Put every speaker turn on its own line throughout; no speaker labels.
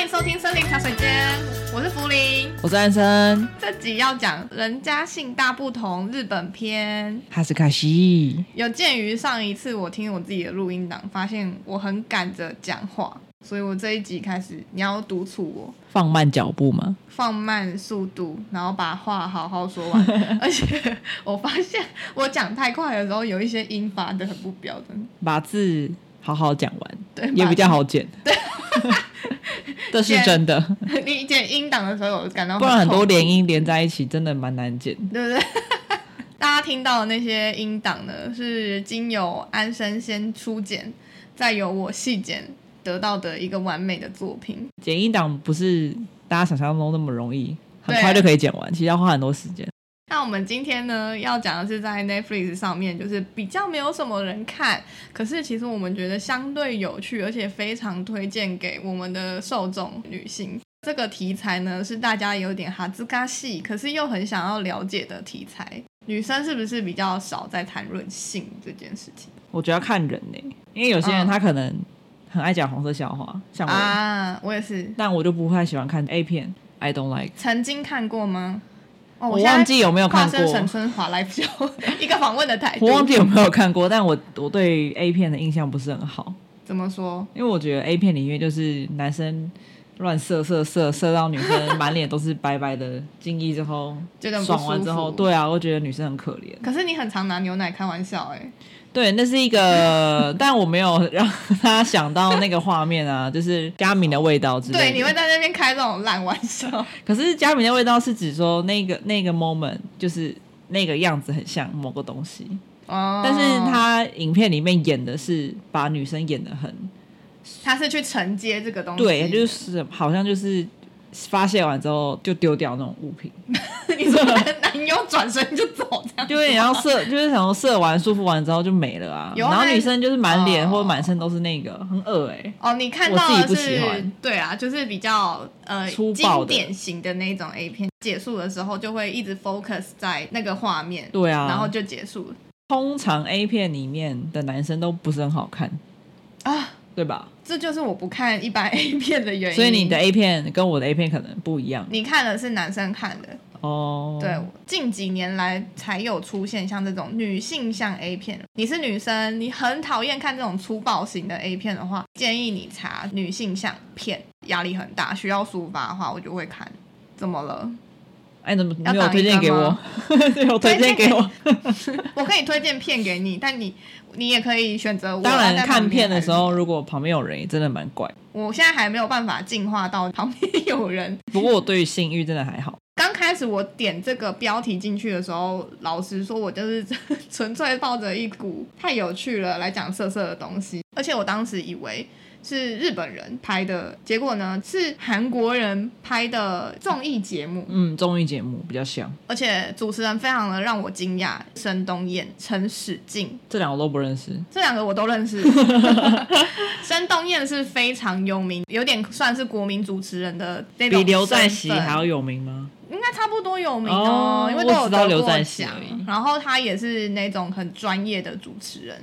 迎收听《森林茶水间》，我是福林。
我是安生，
这集要讲人家性大不同日本篇。
哈斯卡西。
有鉴于上一次我听我自己的录音档，发现我很赶着讲话，所以我这一集开始，你要督促我
放慢脚步吗？
放慢速度，然后把话好好说 完。而且我发现我讲太快的时候，有一些音发的很不标准，
把字好好讲完，
对，
也
把
比较好剪。对， 这是真的，
你剪音档的时候，有感到
不然很
痛
多
苦
连音连在一起，真的蛮难剪。
对 不对？大家听到的那些音档呢，是经由安生先初剪，再由我细剪得到的一个完美的作品。
剪音档不是大家想象中那么容易，很
对
快就可以剪
嗯
完，其实要花很多时间。
那我们今天呢，要讲的是在 Netflix 上面，就是比较没有什么人看，可是其实我们觉得相对有趣，而且非常推荐给我们的受众女性。这个题材呢，是大家有点哈兹嘎系，可是又很想要了解的题材。女生是不是比较少在谈论性这件事情？
我觉得要看人呢、因为有些
嗯
人他可能很爱讲黄色笑话，像我，
啊，我也是，
但我就不太喜欢看 A 片，I don't like。
曾经看过吗？哦，
我
现在
忘记有没有
化
看
身沈
过，
春华来秀一个访问的态度，
我忘记有没有看过，但我我对 A 片的印象不是很好。
怎么说，
因为我觉得 A 片里面就是男生乱射射射射到女生满脸都是白白的精液之后，
觉得很不
爽完
舒
之后，
服
对啊，我觉得女生很可怜。
可是你很常拿牛奶开玩笑哎、
对，那是 一个，但我没有让他想到那个画面啊，就是佳明的味道之类的。
对，你会在那边开这种烂玩笑，
可是佳明的味道是指说那个那个 moment 就是。那个样子很像某个东西，
哦，
但是他影片里面演的是把女生演的很
他是去承接这个东西，
对，就是好像就是发泄完之后就丢掉那种物品，
你说男友转身就走 这样，
就有点像射，就是想说射完舒服完之后就没了啊。
有啊
然后女生就是满脸
哦
或者满身都是那个，很恶哎、欸。
哦，你看到
我自己
的
不喜
是
欢，
对啊，就是比较呃
粗暴
经
的
典型的那种 A 片，结束的时候就会一直 focus 在那个画面，
对啊，
然后就结束了
通常 A 片里面的男生都不是很好看，
啊。
对吧？
这就是我不看一般 A 片的原因。
所以你的 A 片跟我的 A 片可能不一样
你看的是男生看的，
哦。
对，近几年来才有出现像这种女性向 A 片。你是女生，你很讨厌看这种粗暴型的 A 片的话，建议你查女性向片，压力很大，需要抒发的话，我就会看。怎么 了？
哎，怎么
要
没有
挡一
推荐
个
给我
吗？
没有推荐给我。
我可以推荐片给你，但你你也可以选择我。啊
当然，
在旁边
看片的时候，
还是，
如果旁边有人，也真的蛮怪。
我现在还没有办法进化到旁边有人
不过我对于性欲真的还好。
刚开始我点这个标题进去的时候，老实说，我就是 纯粹抱着一股太有趣了来讲色色的东西，而且我当时以为是日本人拍的，结果呢是韩国人拍的综艺节目，
嗯，综艺节目比较像，
而且主持人非常的让我惊讶，申东彦、陈史进
这两个我都不认识。
这两个我都 认识。申东彦是非常有名，有点算是国民主持人的那种
比刘在
身
熙
份
还要有名吗？
应该差不多有名哦，
哦
因为都有
我知道
得
刘
过
在熙
奖
而已。
然后他也是那种很专业的主持人。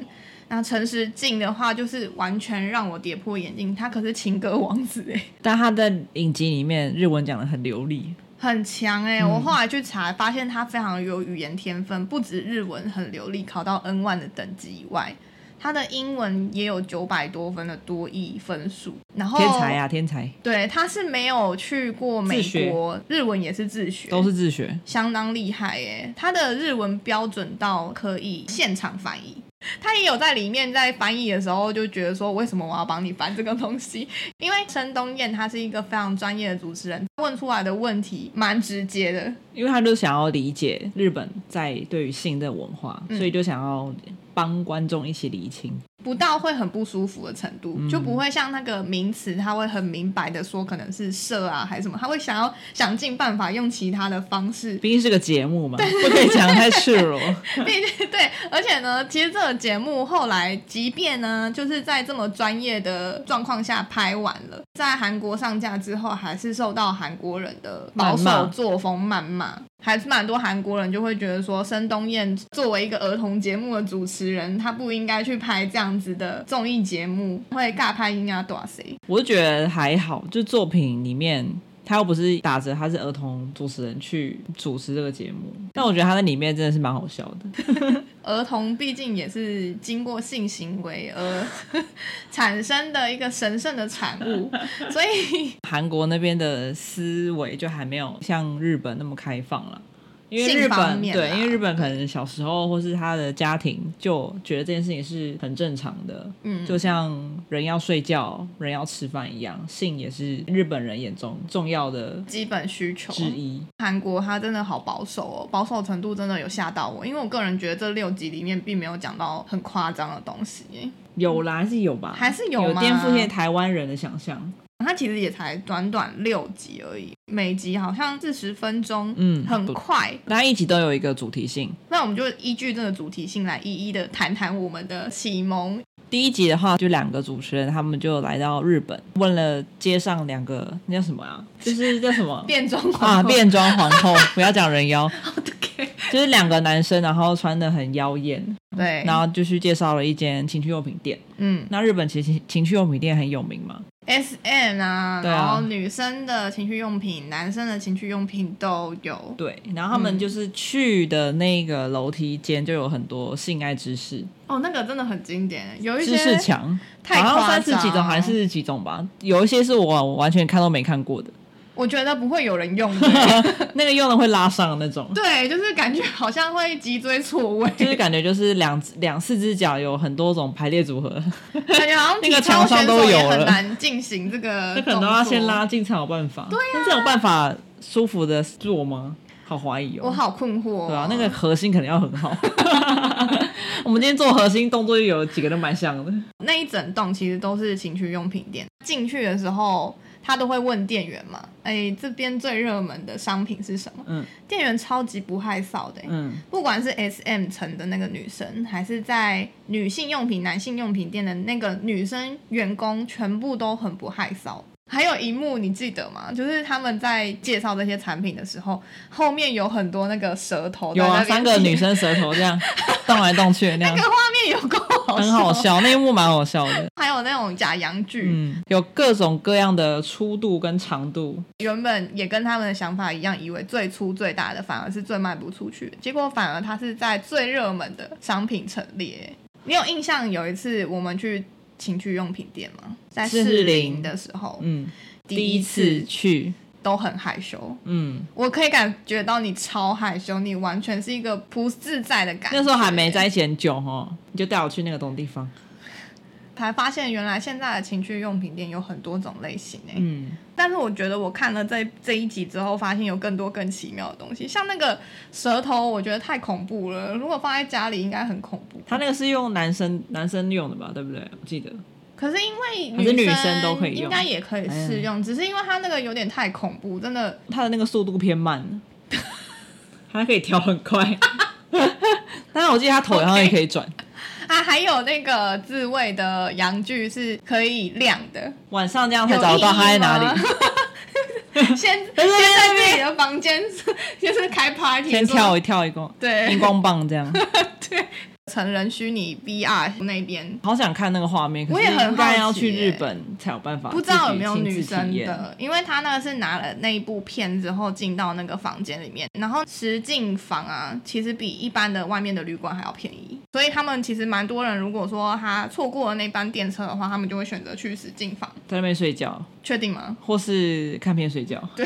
那陈时静的话，就是完全让我跌破眼镜，他可是情歌王子哎，
但他在影集里面日文讲的很流利，
很强
嗯
哎、我后来去查，发现他非常有语言天分，不止日文很流利，考到 N 1的等级以外，他的英文也有九百多分的多译分数。然后
天才啊，天才，
对，他是没有去过美
自学
国，日文也是自学，
都是自学。
相当厉害耶！他的日文标准到可以现场翻译。他也有在里面在翻译的时候就觉得说，为什么我要帮你翻这个东西？ 因为申东彦他是一个非常专业的主持人，问出来的问题蛮直接的。
因为他就想要理解日本在对于性的文化，
嗯
所以就想要帮观众一起理清。
不到会很不舒服的程度，就不会像那个名词，他会很明白的说可能是色啊还是什么，他会想要想尽办法用其他的方式
毕竟是个节目嘛，不可以讲得太赤裸。
毕竟对， 而且呢，其实这个节目后来，即便呢，就是在这么专业的状况下拍完了，在韩国上架之后，还是受到韩国人的保
谩骂
守作风谩骂。还是蛮多韩国人就会觉得说，申东彦作为一个儿童节目的主持人，他不应该去拍这样样子的综艺节目，会尬拍音啊，短谁？
我就觉得还好，就作品里面。他又不是打着他是儿童主持人去主持这个节目，但我觉得他在里面真的是蛮好笑的。
儿童毕竟也是经过性行为而 产生的一个神圣的产物，所以
韩国那边的思维就还没有像日本那么开放了，因为
性
日
方
本
面
对，
啦
因为日本可能小时候或是他的家庭就觉得这件事情是很正常的，
嗯
就像人要睡觉、人要吃饭一样，性也是日本人眼中重要的
基本需求
之一。
韩国它真的好保守哦，保守程度真的有吓到我，因为我个人觉得这六集里面并没有讲到很夸张的东西，
有啦，还是有吧，
还是有
有
吗
颠覆一些台湾人的想象。
它其实也才短短六集而已，每集好像四十分钟，
嗯
很
不
快。
那一集都有一个主题性。
那我们就依据这个主题性来一一的谈谈我们的启蒙。
第一集的话，就两个主持人，他们就来到日本，问了街上两个那叫什么啊？就是叫什么
变装皇后
啊？变装皇后， 不要讲人妖，
OK
就是两个男生，然后穿的很妖艳，
对，
然后就去介绍了一间情趣用品店。
嗯
那日本其实情情趣用品店很有名嘛，
，S M 啊，
对啊
然后女生的情趣用品、男生的情趣用品都有。
对。然后他们
嗯
就是去的那个楼梯间就有很多性爱知识，
哦，那个真的很经典，有一
知
些
识墙，
太
好像
夸
三十
张，
几种还是几种吧，有一些是我完全看都没看过的，
我觉得不会有人用 的。
那个用了会拉伤的那种。
对，就是感觉好像会脊椎错 位，
就是感觉就是两两四只脚有很多种排列组合，
感觉好像
那个
体操
厂商
选
都
手也
有
很
了
难进行这个
那
动作，
可能都要先拉近才有办法。对
啊
呀、那这种办法舒服的做吗？好怀疑哦。
我好困惑、哦。
对啊，那个核心肯定要很好。 我们今天做核心动作有几个都蛮像的，
那一整栋其实都是情趣用品店。进去的时候，他都会问店员嘛，哎，这边最热门的商品是什么？
嗯
店员超级不害臊的、欸
嗯，
不管是 S M 层的那个女生，还是在女性用品、男性用品店的那个女生员工，全部都很不害臊。还有一幕你记得吗？就是他们在介绍这些产品的时候，后面有很多那个舌头在
有
那
啊，
边
三个
比
女，生舌头 这样动来动去的那样
那，个画面有够好
很好笑，那一幕蛮好笑的。
还有那种假洋剧，
嗯，有各种各样的粗度跟长度，
原本也跟他们的想法一样，以为最粗最大的反而是最卖不出去的，结果反而它是在最热门的商品陈列。你有印象有一次我们去情趣用品店吗？在
士
士
林
林的时候，
嗯，
第
第
一
一次
次
去，
都很害羞，
嗯，
我可以感觉到你超害羞，你完全是一个不自在的感觉。
那时候还没在一起很久哦，你就带我去那个东地方，
哎才发现原来现在的情趣用品店有很多种类型欸诶、
嗯，
但是我觉得我看了这这一集之后，发现有更多更奇妙的东西，像那个舌头，我觉得太恐怖了。如果放在家里，应该很恐怖。
他那个是用男生男生用的吧，对不对？我记得，
可是因为
可是
女
女生都可以用哎
应该也可以试用，只是因为它那个有点太恐怖，真的
他的那个速度偏慢，他可以调很 快，但是我记得他头好像也可以转。
啊。还有那个自慰的阳具是可以亮的，
晚上这样才哦找得到他在哪
有意义
里，
先 先
对对
在自己的房间就是开 party，
先
说
跳一跳一个
对
荧光棒这样，
成人虚拟 VR 那边
好想看那个画面，可
我
是
也很
应该
好
要
奇
去
耶
日本才有办法，
不知道有没有女生。的，因为他那个是拿了那一部片之后进到那个房间里面，然后实境 房啊，其实比一般的外面的旅馆还要便宜，所以他们其实蛮多人，如果说他错过了那班电车的话，他们就会选择去实境房，
在那边睡觉，
确定吗？
或是看片睡觉，
对，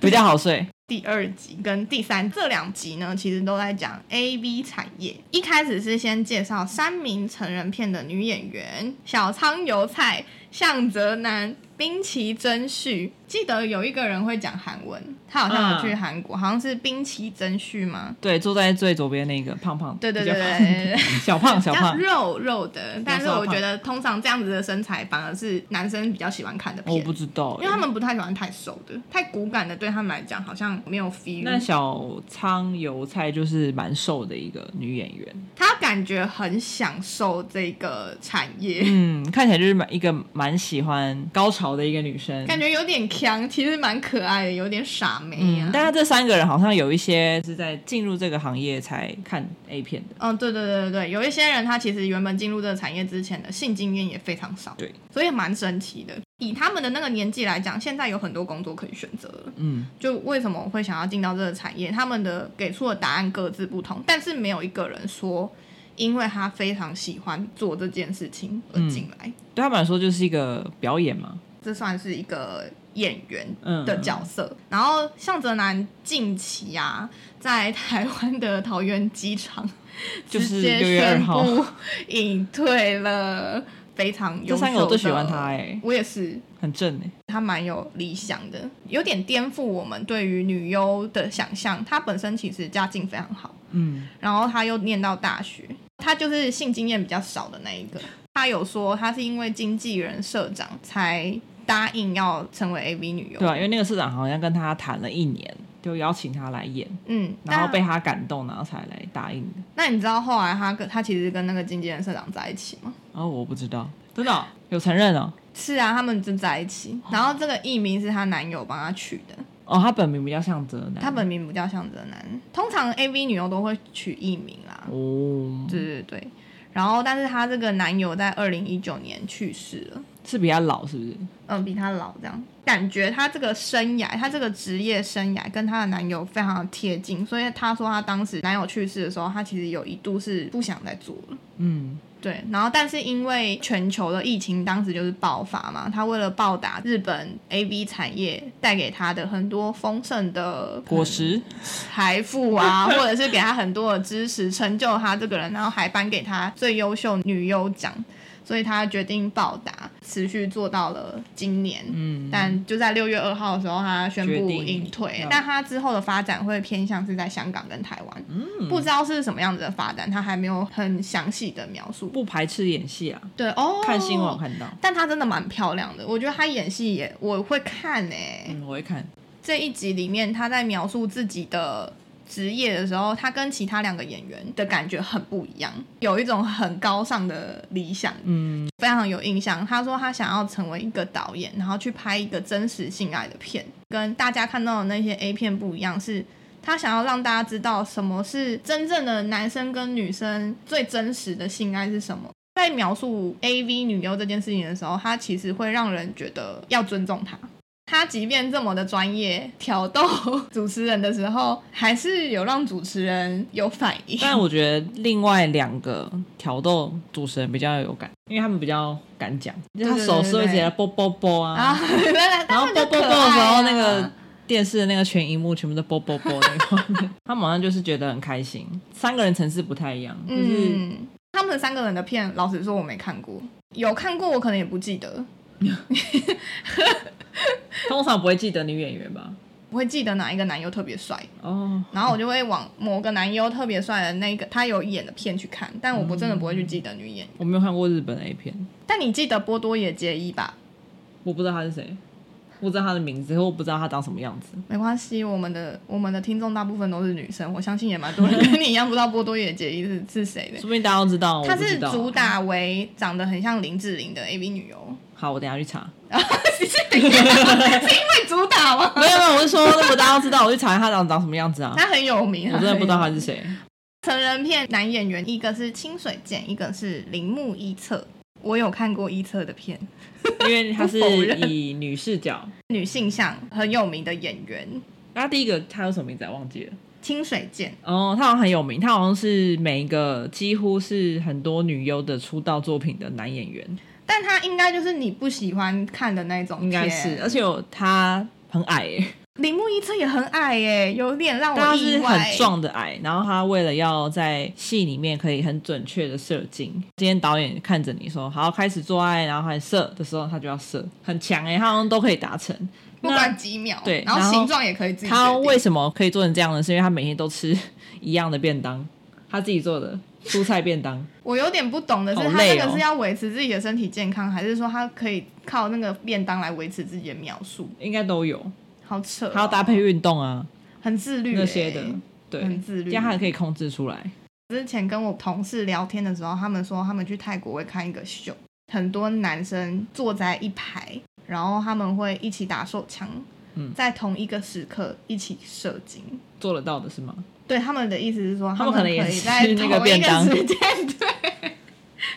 比较好睡。
第二集跟第三这两集呢，其实都在讲 A V 产业。一开始是先介绍三名成人片的女演员：小仓由菜、向泽南、滨崎真绪。记得有一个人会讲韩文，他好像有去
嗯
韩国，好像是滨崎真绪吗？
对，坐在最左边那个胖胖，
对对
比较
对对
胖
对对。
小胖小
要
胖，
肉肉的，但是
有时候
我觉得通常这样子的身材反而是男生比较喜欢看的
我
片，
不知道
因
欸、
为他们不太喜欢太瘦的、太骨感的，对他们来讲好像没有 feel。
那小仓由菜就是蛮瘦的一个女演员，
他感觉很享受这个产业，
嗯，看起来就是蛮一个蛮喜欢高潮的一个女生，
感觉有点 Q 强，其实蛮可爱的，有点傻妹
嗯
啊，。
但他这三个人好像有一些是在进入这个行业才看 A 片的，
嗯，对对对对对，有一些人他其实原本进入这个产业之前的性经验也非常少，
对，
所以蛮神奇的。以他们的那个年纪来讲，现在有很多工作可以选择了。
嗯，
就为什么我会想要进到这个产业，他们的给出的答案各自不同，但是没有一个人说，因为他非常喜欢做这件事情
嗯
而进来，
对他们来说就是一个表演嘛，
这算是一个演员
嗯
的角色。然后向泽南近期啊，在台湾的桃园机场
就是
直接
6月2
宣
号
布隐退了，非常优秀
这
的。
三个我最喜欢他欸
我也是。
很正哎、
他蛮有理想的，有点颠覆我们对于女优的想象。她本身其实家境非常好，
嗯，
然后她又念到大学，她就是性经验比较少的那一个。她有说，她是因为经纪人社长才答应要成为 AV 女优，
对啊，因为那个市长好像跟他谈了一年，就邀请他来演，
嗯，
然后
但
被他感动，然后才来答应的。
那你知道后来她跟她其实跟那个经纪人社长在一起吗？
哦，我不知道，真的哦、有承认哦。
是啊，他们就在一起。然后这个艺名是她男友帮她取的，
哦，他本名比较像泽南，
她本名不叫向泽南。通常 AV 女优都会取艺名啦，
哦
对对对。然后，但是她这个男友在二零一九年去世了，
是比较老，是不是？
嗯，比她老这样。感觉她这个生涯，她这个职业生涯跟她的男友非常的贴近，所以她说她当时男友去世的时候，她其实有一度是不想再做了。
嗯，
对，然后但是因为全球的疫情当时就是爆发嘛，她为了报答日本 A V 产业带给她的很多丰盛的嗯
果实，
财富啊，或者是给他很多的支持，成就他这个人，然后还颁给他最优秀女优奖，所以他决定报答，持续做到了今年。
嗯，
但就在六月二号的时候，他宣
决
布
定
隐退
要。
但他之后的发展会偏向是在香港跟台湾，
嗯
不知道是什么样子的发展，他还没有很详细的描述。
不排斥演戏啊，
对哦，
看新闻我看到，
但她真的蛮漂亮的，我觉得她演戏也我会看哎、
嗯，我会看，
这一集里面，他在描述自己的职业的时候，他跟其他两个演员的感觉很不一样，有一种很高尚的理想，
嗯，
非常有印象。他说他想要成为一个导演，然后去拍一个真实性爱的片，跟大家看到的那些 A 片不一样，是。他想要让大家知道什么是真正的男生跟女生最真实的性爱是什么。在描述 A V 女优这件事情的时候，他其实会让人觉得要尊重她。他即便这么的专业挑逗主持人的时候，还是有让主持人有反应。
但我觉得另外两个挑逗主持人比较有感，因为他们比较敢讲，就
对
是他手势
对
会直
对
接
对
啵啵啵啊
啊，，然
然后啵啵啵
啵
的时候，那个电视的那个全荧幕全部都啵啵啵那个画 面，他们好像就是觉得很开心。三个人层次不太一样，就是
嗯，他们三个人的片，老实说我没看过，有看过我可能也不记得，
通常不会记得女演员吧？
我会记得哪一个男优特别帅，
哦，
然后我就会往某个男优特别帅的那个他有演的片去看，但我不真的不会去记得女演员。
我没有看过日本 A 片，
但你记得波多野结衣吧？
我不知道他是谁，不知道他的名字，或不知道他长什么样子。
没关系，我们的我们的听众大部分都是女生，我相信也蛮多人跟你一样不知道波多野结衣是 是谁的。
说不定大家都知道，
她
我不
是
知道
主打为长得很像林志玲的 AV 女优，
好，我等一下去查。
会主打吗？
没有没有，我是说，如果大家都知道，我去查一下他长长什么样子啊。
她很有名，
我真的不知道他是谁。
成人片男演员，一个是清水健，一个是铃木一策。我有看过一策的片，
因为他是
不否认
以女视角。
女性向很有名的演员
那第一个他有什么名字啊？忘记了。
清水健。
哦，他好像很有名，他好像是每一个几乎是很多女优的出道作品的男演员，
但他应该就是你不喜欢看的那种片，呃
应该是，而且有他很矮耶，
铃木一策也很矮耶，有点让
但
我
他
意
是
外。
很壮的矮，然后他为了要在戏里面可以很准确的射精，今天导演看着你说好开始做爱，然后还射的时候，他就要射，很强哎，他好像都可以达成。
不管几秒，
对
然后
然后
形状也可以自己决定。
他为什么可以做成这样呢？是因为他每天都吃一样的便当，他自己做的蔬菜便当。
我有点不懂的是，
好
他这
累
个
哦
是要维持自己的身体健康，还是说他可以靠那个便当来维持自己的描述？
应该都有，
好扯、哦
还要搭配，运动啊
很自律耶
那些的，对，
很自律
这样还可以控制出来。
之前跟我同事聊天的时候，他们说他们去泰国会看一个秀，很多男生坐在一排，然后他们会一起打手枪，
嗯
在同一个时刻一起射精。
做得到的是吗？
对他们的意思是说，他
他们可能也
以
是
在
那
同
个
一
便当
时间， 对。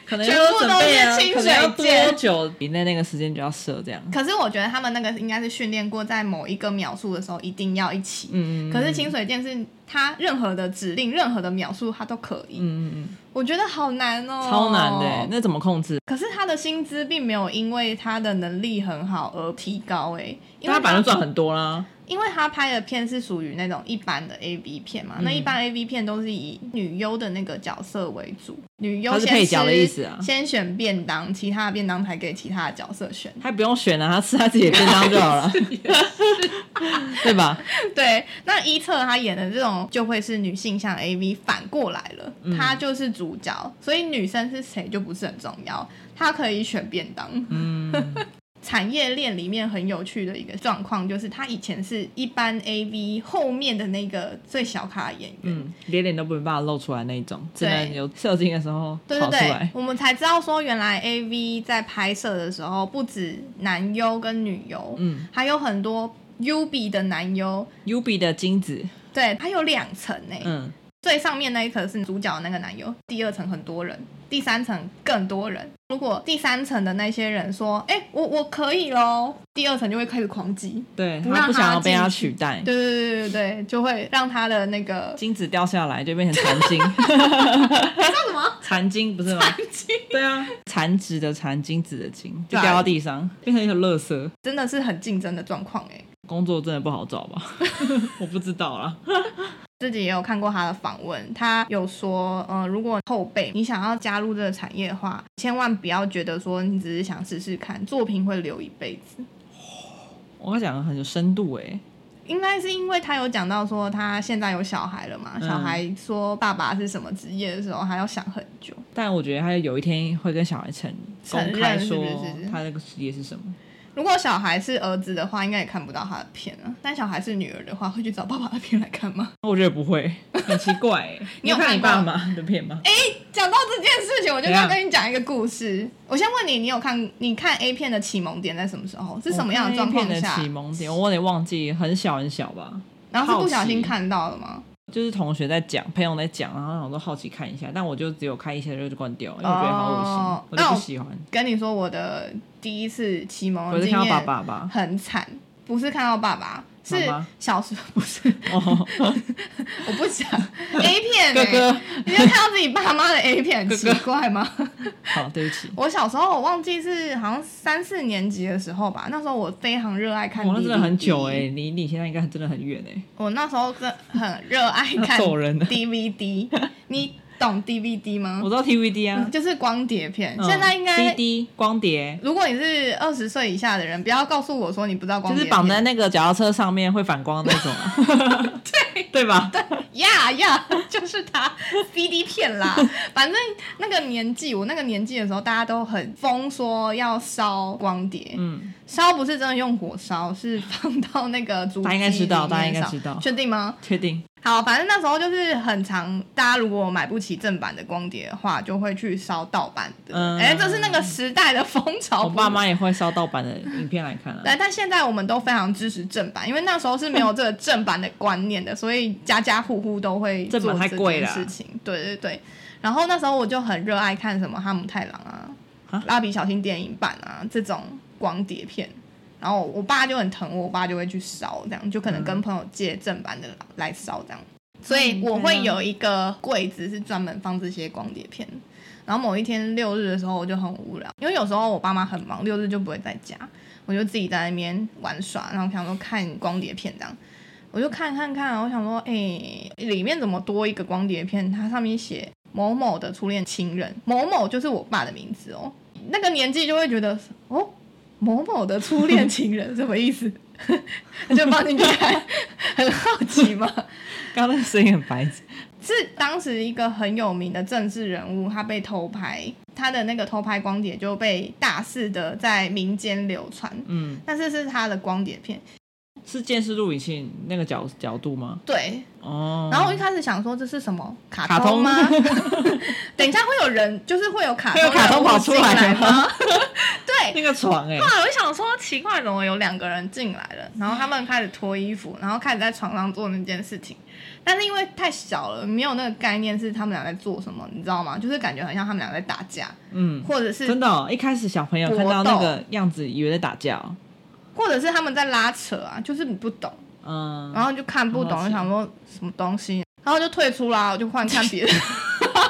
可能
全
要
部
准
都
备
是
啊，
清
可能要
水剑
多久以内那个时间就要射这样？
可是我觉得他们那个应该是训练过，在某一个秒数的时候一定要一起。
嗯，
可是清水剑是他任何的指令、任何的秒数，他都可以。
嗯嗯嗯，
我觉得好难哦，
超难的欸，那怎么控制？
可是他的薪资并没有因为他的能力很好而提高诶，因
但
为
他本来就赚很多啦，
因为他拍的片是属于那种一般的 A V 片
嗯
嘛，那一般 A V 片都是以女优的那个角色为主，女优
他是
先
配角的
吃
意思啊
先选便当，其他的便当才给其他的角色选。
他不用选啊，他吃他自己的便当 就好了， 对吧？
对，那一策他演的这种就会是女性向 A V，反过来了，
嗯
她就是主角，所以女生是谁就不是很重要，她可以选便当。
嗯，
产业链里面很有趣的一个状况，就是他以前是一般 AV 后面的那个最小卡的演员。
嗯，连脸都没办法露出来那一种，只
对
能有射精的时候
对
跑
对
出
对
来，。
我们才知道说，原来 A V 在拍摄的时候，不止男优跟女优，
嗯
还有很多 U B 的男优，
，U B 的精子，
对，它有两层呢。
嗯，
最上面那一层是主角的那个男优，第二层很多人，第三层更多人。如果第三层的那些人说：“哎、我我可以喽”，第二层就会开始狂击，
对
不
他
让
不想
他
要被他
进去
取代，
对对对对对，就会让他的那个
精子掉下来就变成残 精，
叫什么？
残精不是吗？对啊，残值的残，精子的精，
啊
就掉到地上，变成一个垃圾。
真的是很竞争的状况哎。
工作真的不好找吧？ 我不知道啦。
自己也有看过他的访问，他有说，呃，如果后辈你想要加入这个产业的话，千万不要觉得说你只是想试试看，作品会留一辈子。
我讲的很有深度哎、
应该是因为他有讲到说他现在有小孩了嘛，
嗯
小孩说爸爸是什么职业的时候，他要想很久。
但我觉得他有一天会跟小孩承
承认
公开说
是不是
他那个职业是什么。
如果小孩是儿子的话，应该也看不到他的片啊；但小孩是女儿的话，会去找爸爸的片来看吗？
我觉得不会，很奇怪、欸。
你有
看你爸
看过
妈的片吗？
讲到这件事情，我就
怎样
要跟你讲一个故事。我先问你，你有看你看 A 片的启蒙点在什么时候？是什么样的状
我看
况
那一
下
片的？启蒙点？我有点忘记，很小很小吧，
然后是不小
好
心
奇
看到了吗？
就是同学在讲，朋友在讲，然后想说好奇看一下，但我就只有看一下就关掉，因为我觉得好恶心，
哦
我就不喜欢。
跟你说，我的第一次启蒙
我
的
是
经
看到
验
爸爸 吧，
很惨，不是看到爸爸，是
妈妈
小时候 不是，
哦，
我不 想 A 片、欸，
哥哥，
你就看到自己爸妈的 A 片，
哥
很
哥
奇怪吗？
好，对不起，
我小时候我忘记是好像三四年级的时候吧，那时候我非常热爱看
哇，那
DVD，
真的很久哎、离你现在应该真的很远哎、
我那时候真的很热爱
要
看
揍人了
DVD，你懂 DVD 吗
我？知道 TVD 啊，
就是光碟片，
嗯
现在应该。
CD 光碟，
如果你是二十岁以下的人，不要告诉我说你不知道光
就
碟
是
片
绑在那个脚踏车上面会反光那种、啊， 对对吧？
呀呀， 就是他 CD 片啦。 反正那个年纪，我那个年纪的时候，大家都很疯说要烧光碟，
嗯，
烧不是真的用火烧，是放到那个主机
大家应该知
里
道
面
大家应该
烧
知道
确定吗？
确定。
好，反正那时候就是很常，大家如果买不起正版的光碟的话，就会去烧盗版的。
嗯
哎、这是那个时代的风潮。
我爸妈也会烧盗版的影片来看啊。
哦对，但现在我们都非常支持正版，因为那时候是没有这个正版的观念的，所以家家户户都会做
正版太
这
贵
件
了
事情。对对对。然后那时候我就很热爱看什么《哈姆太郎》啊
啊，
《蜡笔小新》电影版啊这种光碟片。然后我爸就很疼我，我爸就会去烧，这样就可能跟朋友借正版的来烧这样。所以我会有一个柜子是专门放这些光碟片。然后某一天六日的时候，我就很无聊，因为有时候我爸妈很忙，六日就不会在家，我就自己在那边玩耍，然后想说看光碟片这样。我就看看看，我想说，哎、里面怎么多一个光碟片？它上面写某某的初恋情人，某某就是我爸的名字哦。那个年纪就会觉得，哦，某某的初恋情人 什么意思？就放进去看，很好奇 嘛。
刚刚那个声音很白痴。
是当时一个很有名的政治人物，他被偷拍，他的那个偷拍光碟就被大肆的在民间流传，
嗯，
但是是他的光碟片。
是监视录影器那个角角度吗？
对，
哦，
然后我一开始想说这是什么卡
卡
通
通
吗？ 等一下会有人，就是会有卡
会有卡通
人物
跑出
进
来
来吗
吗？
对。
那个床哎、
后来我就想说，奇怪，怎么有两个人进来了？然后他们开始脱衣服，然后开始在床上做那件事情。但是因为太小了，没有那个概念是他们俩在做什么，你知道吗？就是感觉很像他们俩在打架，
嗯，
或者是
真的、哦，一开始小朋友看到那个样子，以为在打架、哦，
或者是他们在拉扯啊，就是你不懂，
嗯，
然后就看不
好好
懂，
奇
就想说什么东西，然后就退出啦，我就换看 别的。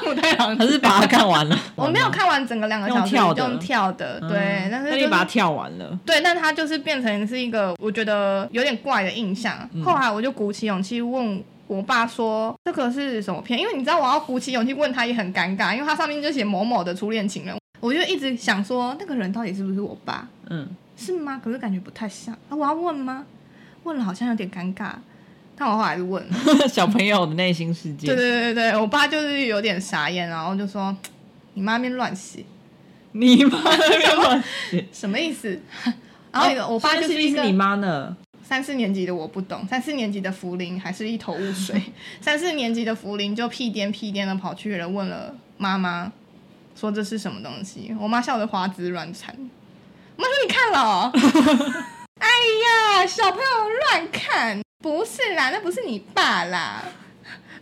母太郎
可是把它看完了，
我没有看完整个两个小时，
用跳的
用跳的，
完了，
对，
嗯
但是、
那
就是、
你把它跳完了，
对，但它就是变成是一个我觉得有点怪的印象。
嗯
后来我就鼓起勇气问。我爸说这个是什么片？因为你知道我要鼓起勇气问他也很尴尬，因为他上面就写某某的初恋情人，我就一直想说那个人到底是不是我爸？
嗯，
是吗？可是感觉不太像啊！我要问吗？问了好像有点尴尬，但我后来还是问了。
小朋友的内心世界，
对对对对，我爸就是有点傻眼，然后就说你妈那边乱写
你 妈那边乱写，
什么意思？然
哦
后我爸就是一
是
个
你妈呢，
三四年级的我不懂，三四年级的福林还是一头雾 水，三四年级的福林就屁颠屁颠的跑去了问了妈妈，说这是什么东西，我妈笑得花枝乱颤，我妈说你看了 哦、哎呀，小朋友乱看，不是啦，那不是你爸啦，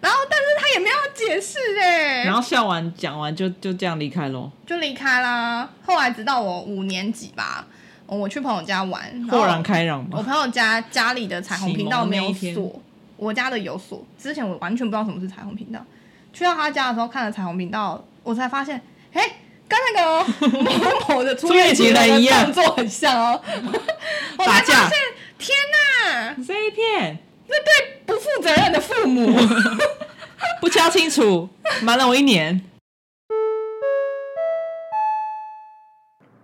然后但是他也没有解释哎、
然后笑完讲完就就这样离开喽，
就离开啦。后来直到我五年级吧，我去朋友家玩，后
豁然开朗
我
嘛，
朋友家家里的彩虹频道没有
启蒙那一
锁，我家的有锁。之前我完全不知道什么是彩虹频道，去到他家的时候看了彩虹频道，我才发现，哎、跟那个某某的初恋情人的动作很像 哦。我才
打架
发现，天哪、
这一片
这对不负责任的父母，
不敲清楚，瞒了我一年。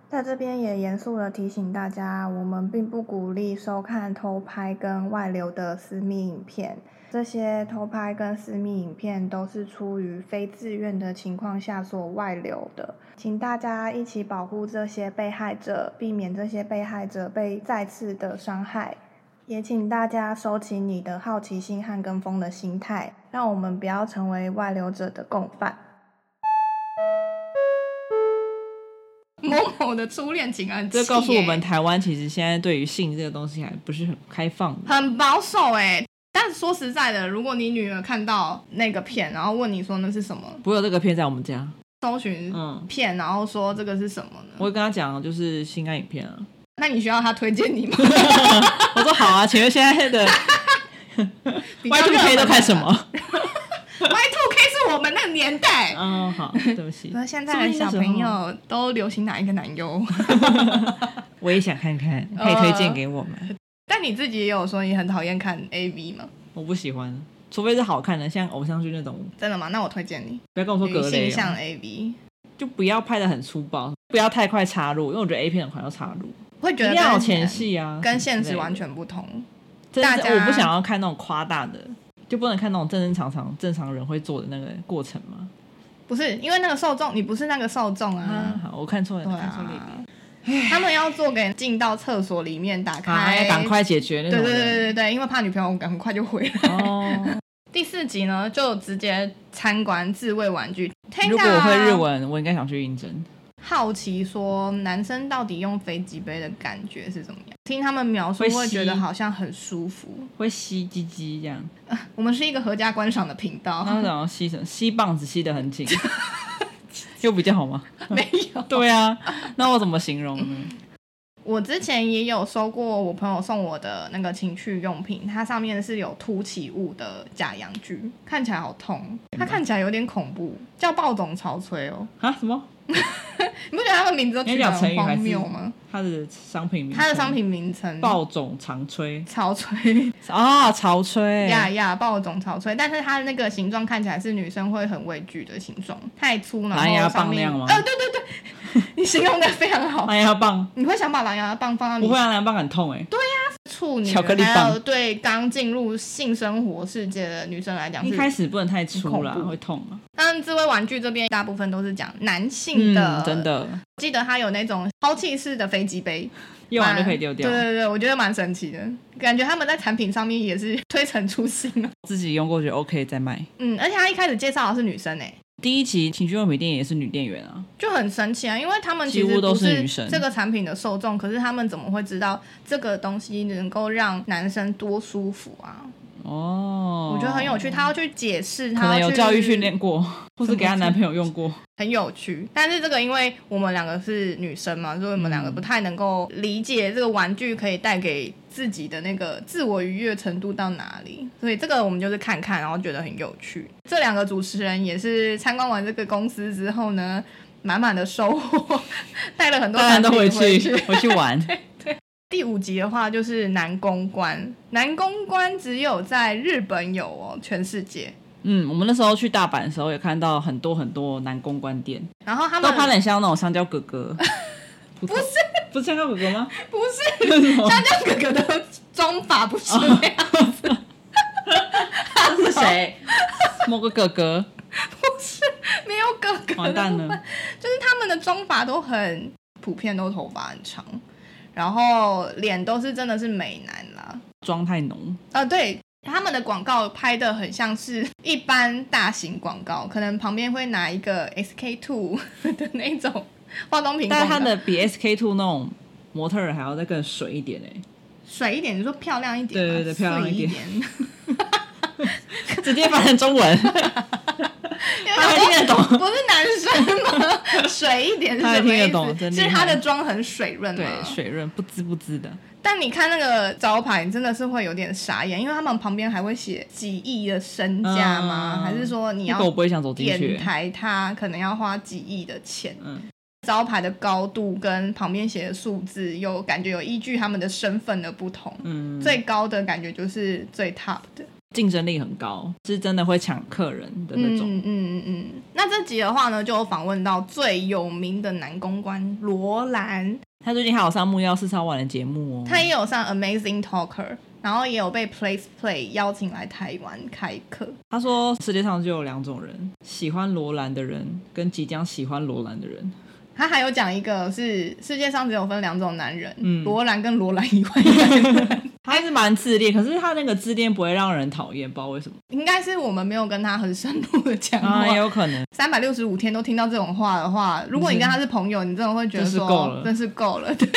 在这边也严肃的提醒大家，我们并不鼓励收看偷拍跟外流的私密影片。这些偷拍跟私密影片都是出于非自愿的情况下所外流的，请大家一起保护这些被害者，避免这些被害者被再次的伤害。也请大家收起你的好奇心和跟风的心态，让我们不要成为外流者的共犯。某某的初恋情人，
这告诉我们，台湾其实现在对于性这个东西还不是很开放的。
很保守哎、但说实在的，如果你女儿看到那个片，然后问你说那是什么，
不过有这个片在我们家，
搜寻
嗯，
片，然后说这个是什么
我
呢？
会跟他讲就是性爱影片啊，
那你需要她推荐你吗？
我说好啊，请问现在的
比较
Y
热
two
门
K 都看什 么？
？Y two K 是我们那个年 代。
嗯，好，对不起
那，现在的小朋友都流行哪一个男优？
我也想看看，可以推荐给我们。
但你自己也有说你很讨厌看 A V 吗？
我不喜欢，除非是好看的，像偶像剧那种，
真的吗？那我推荐你
不要跟我说
女
格
性
雷
向
哦，
A V，
就不要拍的很粗暴，不要太快插入，因为我觉得 A 片很快要插入，
会觉
一
得
定要有
跟
前戏啊，
跟现实
什么之类的
完全不同。
真
大
是
家
我不想要看那种夸大的，就不能看那种正正常常正常人会做的那个过程吗？
不是因为那个受众，你不是那个受众啊
啊，。好，我看错了，
对
看错了。
啊，他们要做给进到厕所里面打
好，哎
开，
赶。快解决那
对
种
对对对
人。
对对，因为怕女朋友很快就回来。
哦，
第四集呢，就直接参观自慰玩具。
如果我会日
Tenga
文，我应该想去应征。
好奇说男生到底用飞机杯的感觉是怎么样？听他们描述
会吸
会觉得好像很舒服。
会吸鸡鸡这样，
我们是一个合家观赏的频道，
那然后吸什么？吸棒子吸得很紧，又比较好吗？
没有。
对啊，那我怎么形容呢？
我之前也有收过我朋友送我的那个情趣用品，它上面是有凸起物的假阳具，看起来好痛，
嗯
它看起来有点恐怖，叫暴总潮吹哦。
啊，什么？
你不觉得他们名字都取得
你
很
要讲成语还
荒
是
谬吗？
它的商品名称，
它的商品名称
爆种长吹
潮 吹
啊，潮吹
呀呀暴总潮吹，但是它的那个形状看起来是女生会很畏惧的形状，太粗，然
蓝牙
后上
棒那
面
样吗
呃，对对对，你形容的非常好。
哎蓝牙棒，
你会想把蓝牙棒放到
不
你
会啊，蓝牙棒很痛哎、
出处女，
巧克力
还有
棒
对刚进入性生活世界的女生来讲
一
啊是
开始不能太粗啦，
很恐怖
会痛啊。
当然，自慰玩具这边大部分都是讲男性的，
嗯，真。的，
记得它有那种抛弃式的飞机杯，
用完就
蛮
可以丢掉
对。对对，我觉得蛮神奇的，感觉他们在产品上面也是 推陈出新了。
自己用过觉得 OK 再卖。
嗯，而且他一开始介绍的是女生诶、
第一期情趣用品店也是女店员啊，
就很神奇啊，因为他们其
几
实
乎都
不
是
是
女生
这个产品的受众，可是他们怎么会知道这个东西能够让男生多舒服啊？
哦，
我觉得很有趣，他要去解释，
可
他
能
要
有
去
教育训练过，或是给她男朋 友用过。
很有趣，但是这个因为我们两个是女生嘛，所以我们
嗯
两个不太能够理解这个玩具可以带给自己的那个自我愉悦程度到哪里，所以这个我们就是看看，然后觉得很有趣。这两个主持人也是参观完这个公司之后呢，满满的收获， 带了很多
当然都
产
回
品回
去 回去玩，
第五集的话就是男公关，男公关只有在日本有哦，全世界。
嗯，我们那时候去大阪的时候也看到很多很多男公关店，
然后他
都
们
拍得很像那种香蕉哥 哥，不是不是香蕉哥哥吗？
不是
那是什 么
香蕉哥哥的妆法不是那
哦
样
这是谁？某个 哥哥，
没有哥哥的
完蛋了
部分，就是他们的妆法都很普遍，都头发很长，然后脸都是真的是美男啦。
妆太浓，
啊，对，他们的广告拍的很像是一般大型广告，可能旁边会拿一个 SK two 的那种化妆品
但
广
是他
告，
的比 SK two 那种模特儿还要再更水一点哎、
水一点，你说漂亮一点吗，
对对对漂亮
碎
一
一
点
点。
直接翻成中文， 他还听得懂。
不是男生吗？水一点是
他还
什么
听得
意
懂
思？
真
是
厉害
他的妆很水润吗？
对，水润不滋不滋的，
但你看那个招牌，你真的是会有点傻眼，因为他们旁边还会写几亿的身价吗？
嗯
还是说你
那
要
个我不会想走进
点
去。
台它，可能要花几亿的钱？
嗯，
招牌的高度跟旁边写的数字，有感觉有依据他们的身份的不同。
嗯，
最高的感觉就是最 top 的
竞争力很高，是真的会抢客人的那种。
嗯嗯嗯嗯。那这集的话呢，就有访问到最有名的男公关罗兰，
他最近还有上木曜四超晚的节目哦，
他也有上 Amazing Talker，然后也有被 Place Play 邀请来台湾开课。
他说世界上就有两种人，喜欢罗兰的人跟即将喜欢罗兰的人。
他还有讲一个是世界上只有分两种男人，
嗯
罗兰跟罗兰以外的男人，
他还是蛮自恋，可是他那个自恋不会让人讨厌，不知道为什么
应该是我们没有跟他很深入的讲
啊， 也
话。
有可能
三百六十五天都听到这种话的话，如果你跟他是朋友，你真的会觉得
嗯真是
说
够了
真是够了。 对，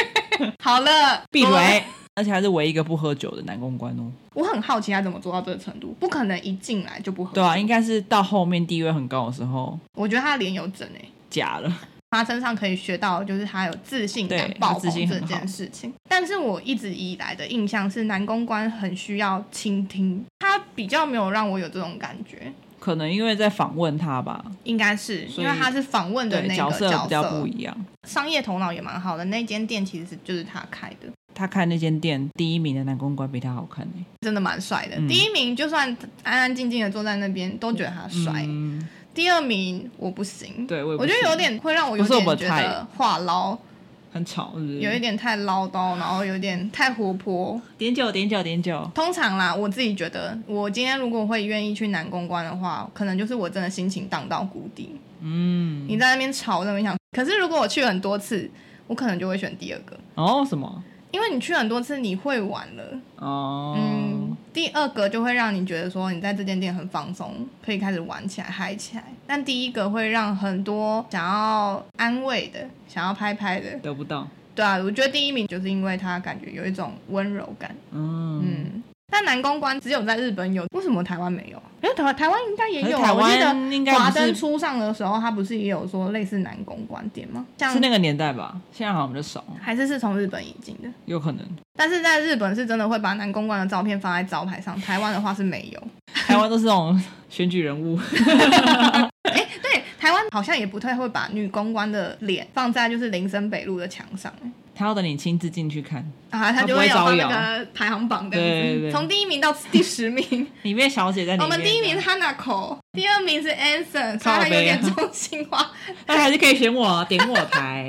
好 了，
闭
罗兰
嘴。而且还是唯一一个不喝酒的男公关哦，
我很好奇他怎么做到这个程度，不可能一进来就不喝。
对啊，应该是到后面地位很高的时候
我觉得他的脸有整欸诶、
假了，
他身上可以学到，就是他有自信感
对
爆
他自
棚
信
这
很好
件事情。但是我一直以来的印象是，男公关很需要倾听，他比较没有让我有这种感觉，
可能因为在访问他吧，
应该是
所
因
以
为他是访问的那个
对角
角
色比较不一样。
商业头脑也蛮好的。那间店其实就是他开的，
他开那间店第一名的男公关比他好看欸
真的蛮帅的。
嗯
第一名就算安安静静的坐在那边，都觉得他帅。
嗯，第
第二名我不行，
对我也不
我觉得
行
有点会让我有
不嗯是我
点
们
觉
菜
得话唠，
很吵，是不是？
有一点太唠叨，然后有点太活泼。
点酒，点酒，点酒。
通常啦，我自己觉得，我今天如果会愿意去南公关的话，可能就是我真的心情荡到谷底。
嗯，
你在那边吵，我在那边想。可是如果我去很多次，我可能就会选第二个，
哦什么？
因为你去很多次，你会玩了。
哦，
嗯，第二个就会让你觉得说你在这间店很放松，可以开始玩起来、嗨起来。但第一个会让很多想要安慰的、想要拍拍的，
得不到。
对啊，我觉得第一名就是因为他感觉有一种温柔感。
嗯，
嗯，但男公关只有在日本有，为什么台湾没有？啊因为台湾台湾应该也
可是
有啊，
台
我记得
湾应该
华
不
灯
是
初上的时候，他不是也有说类似男公关店吗？像
是那个年代吧？现在好像比较少，
还是是从日本引进的，
有可 能。
但是在日本是真的会把男公关的照片放在招牌上，台湾的话是没 有。
台湾都是那种选举人物，
哎、对，台湾好像也不太会把女公关的脸放在就是林森北路的墙上。
他要等你亲自进去看，
啊，
他
他
不
就
会
会有
招
放那
摇
个排行榜这
对对
样
对
子，从第一名到第十 名，
里面小姐在里面。
哦我们第一名是 Hanako，第二
啊哎
名是 Anson，虽然他有点中心化，
但还是可以选我，点我台。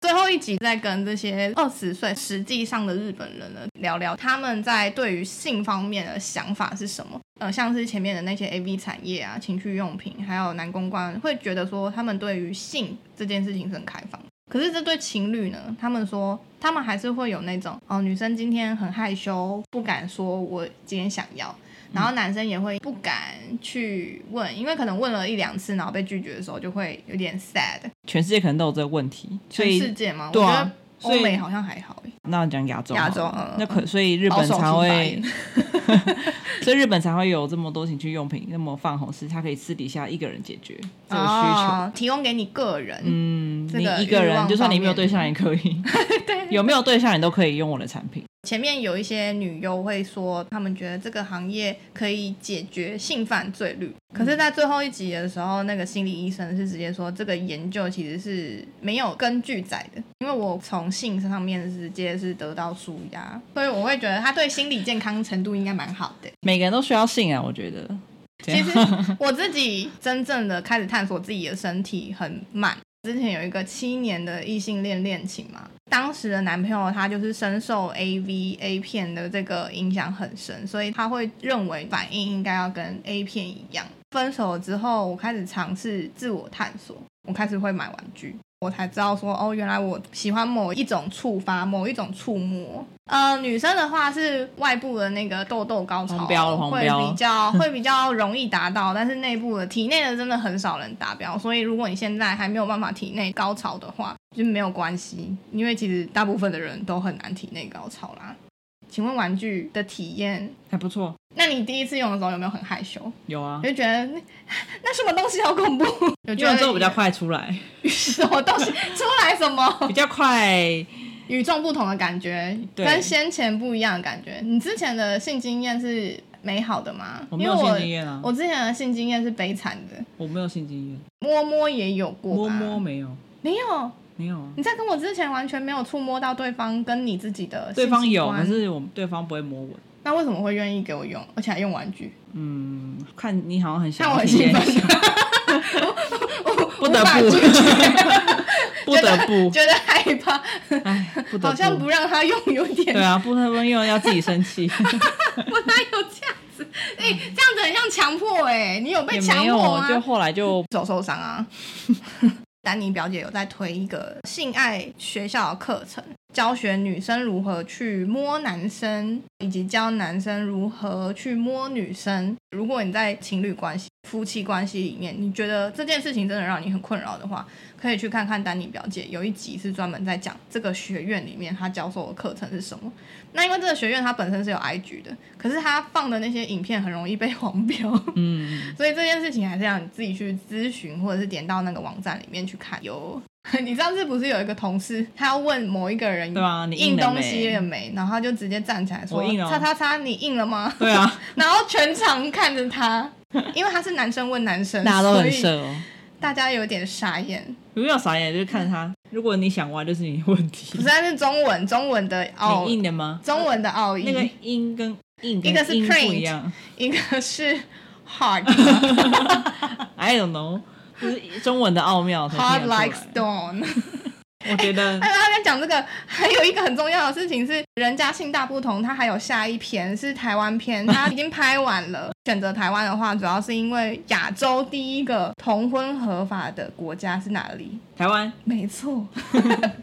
最后一集在跟这些二十岁实际上的日本人呢聊聊他们在对于性方面的想法是什么。呃，像是前面的那些 A V 产业啊、情趣用品，还有男公关，会觉得说他们对于性这件事情是很开放的。可是这对情侣呢，他们说他们还是会有那种哦，女生今天很害羞，不敢说我今天想要，然后男生也会不敢去问，因为可能问了一两次，然后被拒绝的时候就会有点 sad。
全世界可能都有这个问题，所
全世
以
界嘛，
对
我觉
啊
得
所
欧
以
美好像还好欸，
那讲亚洲好了，
亚洲嗯
那可所以日本
保守
才
型发
会
言，
所以日本才会有这么多情趣用品那么泛红，是它可以私底下一个人解决这个需求。
哦提供给你个人，
嗯，
这
你
个
一个
欲
人
望
就算你
方
没有
面
对象也可 以，
对
有没有对象你都可以用我的产品。
前面有一些女优会说，她们觉得这个行业可以解决性犯罪率，
嗯
可是，在最后一集的时候，那个心理医生是直接说，这个研究其实是没有根据在的，因为我从性上面直接是得到舒压，所以我会觉得他对心理健康程度应该蛮好的。
每个人都需要性啊，我觉得。
其实我自己真正的开始探索自己的身体很慢。之前有一个七年的异性恋恋情嘛，当时的男朋友他就是深受 A V A 片的这个影响很深，所以他会认为反应应该要跟 A 片一样。分手了之后，我开始尝试自我探索，我开始会买玩具，我才知道说哦，原来我喜欢某一种触发，某一种触摸。呃，女生的话是外部的那个痘痘高潮
黄标了黄
会
标
比
了
较。 较会比较容易达到，但是内部的体内的真的很少人达标，所以如果你现在还没有办法体内高潮的话，就没有关系，因为其实大部分的人都很难体内高潮啦。请问玩具的体验，
还不错，
那你第一次用的时候有没有很害羞？
有啊，
就觉得那什 么东西好恐 怖？有觉
用
得
完之后比较，快出来，
什么东西出来什么
比较快。
与众不同的感觉，
对
跟先前不一样的感觉。你之前的性经验是美好的吗？
我没有
因为
性经验啊
我之前的性经验是悲惨的。
我没有性经验，
摸摸也有过
摸
吧？
摸没有，
没有，
没有啊。
你在跟我之前完全没有触摸到对方跟你自己的
对方
性器
有，
官
可是我们对方不会摸我。
那为什么会愿意给我用，而且还用玩具？
嗯，看你好像很 想
看我
要
很
体
兴
验
奋
一下，不得
无法
不
拒绝
不得不，
觉得害怕，
哎，不得
好像不让他用有点
对，啊，不得不用要自己生 气，
不哪有这样子？哎、这样子很像强迫哎、你有被
也
强
没有
迫，吗？
就后来就
手受伤啊。 丹尼表姐有在推一个性爱学校的课程，教学女生如何去摸男生，以及教男生如何去摸女生。如果你在情侣关系、夫妻关系里面，你觉得这件事情真的让你很困扰的话，可以去看看丹尼表姐有一集是专门在讲这个学院里面她教授的课程是什么。那因为这个学院它本身是有 IG 的，可是她放的那些影片很容易被黄标。
嗯，
所以这件事情还是要你自己去咨询，或者是点到那个网站里面去看。有， 你上次不是有一个同事，他要问某一个人
对啊你
印
印了
东
没
西了没，然后他就直接站起来说
我印：“了哦
叉叉叉，你印了吗
对啊，？”
然后全场看着他，因为他是男生问男生，
大家都很
所以
色哦。
大家有点傻眼。
不用傻眼，就是看他。如果你想玩，就是你的问题
不。 是，但是中文中文的奥
你，硬的吗？
中文的奥义，
那个音跟硬跟
哦嗯一个是
音
print
不一样。
一个是 hard
I don't know，就是中文的奥妙才
hard
听得
like
出来
stone。
我觉 得
但是他在讲这个，还有一个很重要的事情是，人家性大不同，他还有下一篇是台湾篇，他已经拍完了。选择台湾的话，主要是因为亚洲第一个同婚合法的国家是哪里？
台湾
没错，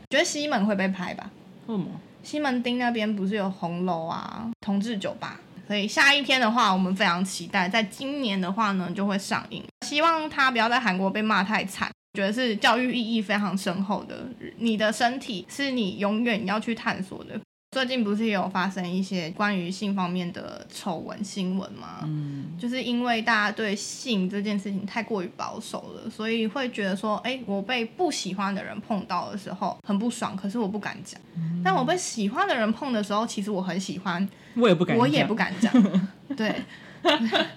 觉得西门会被拍吧？
为什么？
西门町那边不是有红楼啊、同志酒吧，所以下一篇的话，我们非常期待，在今年的话呢就会上映。希望他不要在韩国被骂太惨，觉得是教育意义非常深厚的。你的身体是你永远要去探索的。最近不是也有发生一些关于性方面的丑闻新闻吗？
嗯，
就是因为大家对性这件事情太过于保守了，所以会觉得说，哎、我被不喜欢的人碰到的时候很不爽，可是我不敢讲；
嗯
但我被喜欢的人碰的时候，其实我很喜欢，
我也不敢，
我也不。敢讲。 对，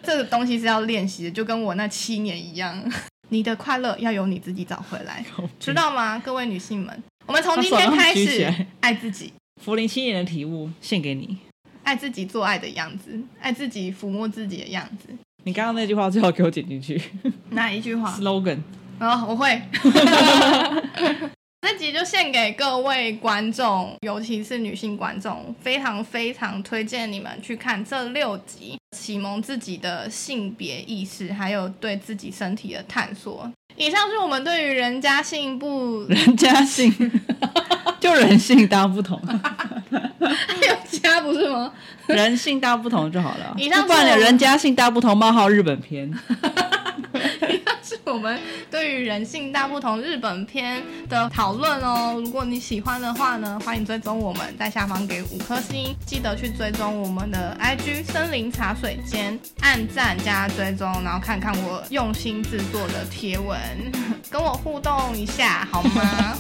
这个东西是要练习的，就跟我那七年一样，你的快乐要由你自己找回来，知道吗，各位女性们？我们从今天
他手上
开
啊举起
始
来
爱自己，
福林七年的体悟献给你。
爱自己做爱的样子，爱自己抚摸自己的样子。
你刚刚那句话最好给 我剪进去
哪一句话？
，slogan。
哦，我会。啊 这集就献给各位观众，尤其是女性观众，非常非常推荐你们去看这六集，启蒙自己的性别意识，还有对自己身体的探索。以上是我们对于人家性不
人家性 就人性大不同，
还有家不是吗？
人性大不同就好了。
以上是
不然
我
有人家性大不同冒号日 本片，
是 我们对于人性大不同日本篇的讨论哦。如果你喜欢的话呢，欢迎追踪我们，在下方给五颗星，记得去追踪我们的 IG 森林茶水间，按赞加追踪，然后看看我用心制作的贴文， 跟我互动一下好吗？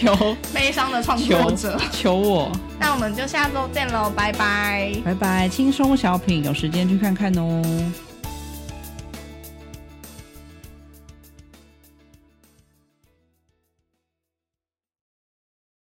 求
悲伤的创作
求
者，
求我，
那我们就下周见喽，拜拜。
拜拜，轻松小品，有时间去看看哦。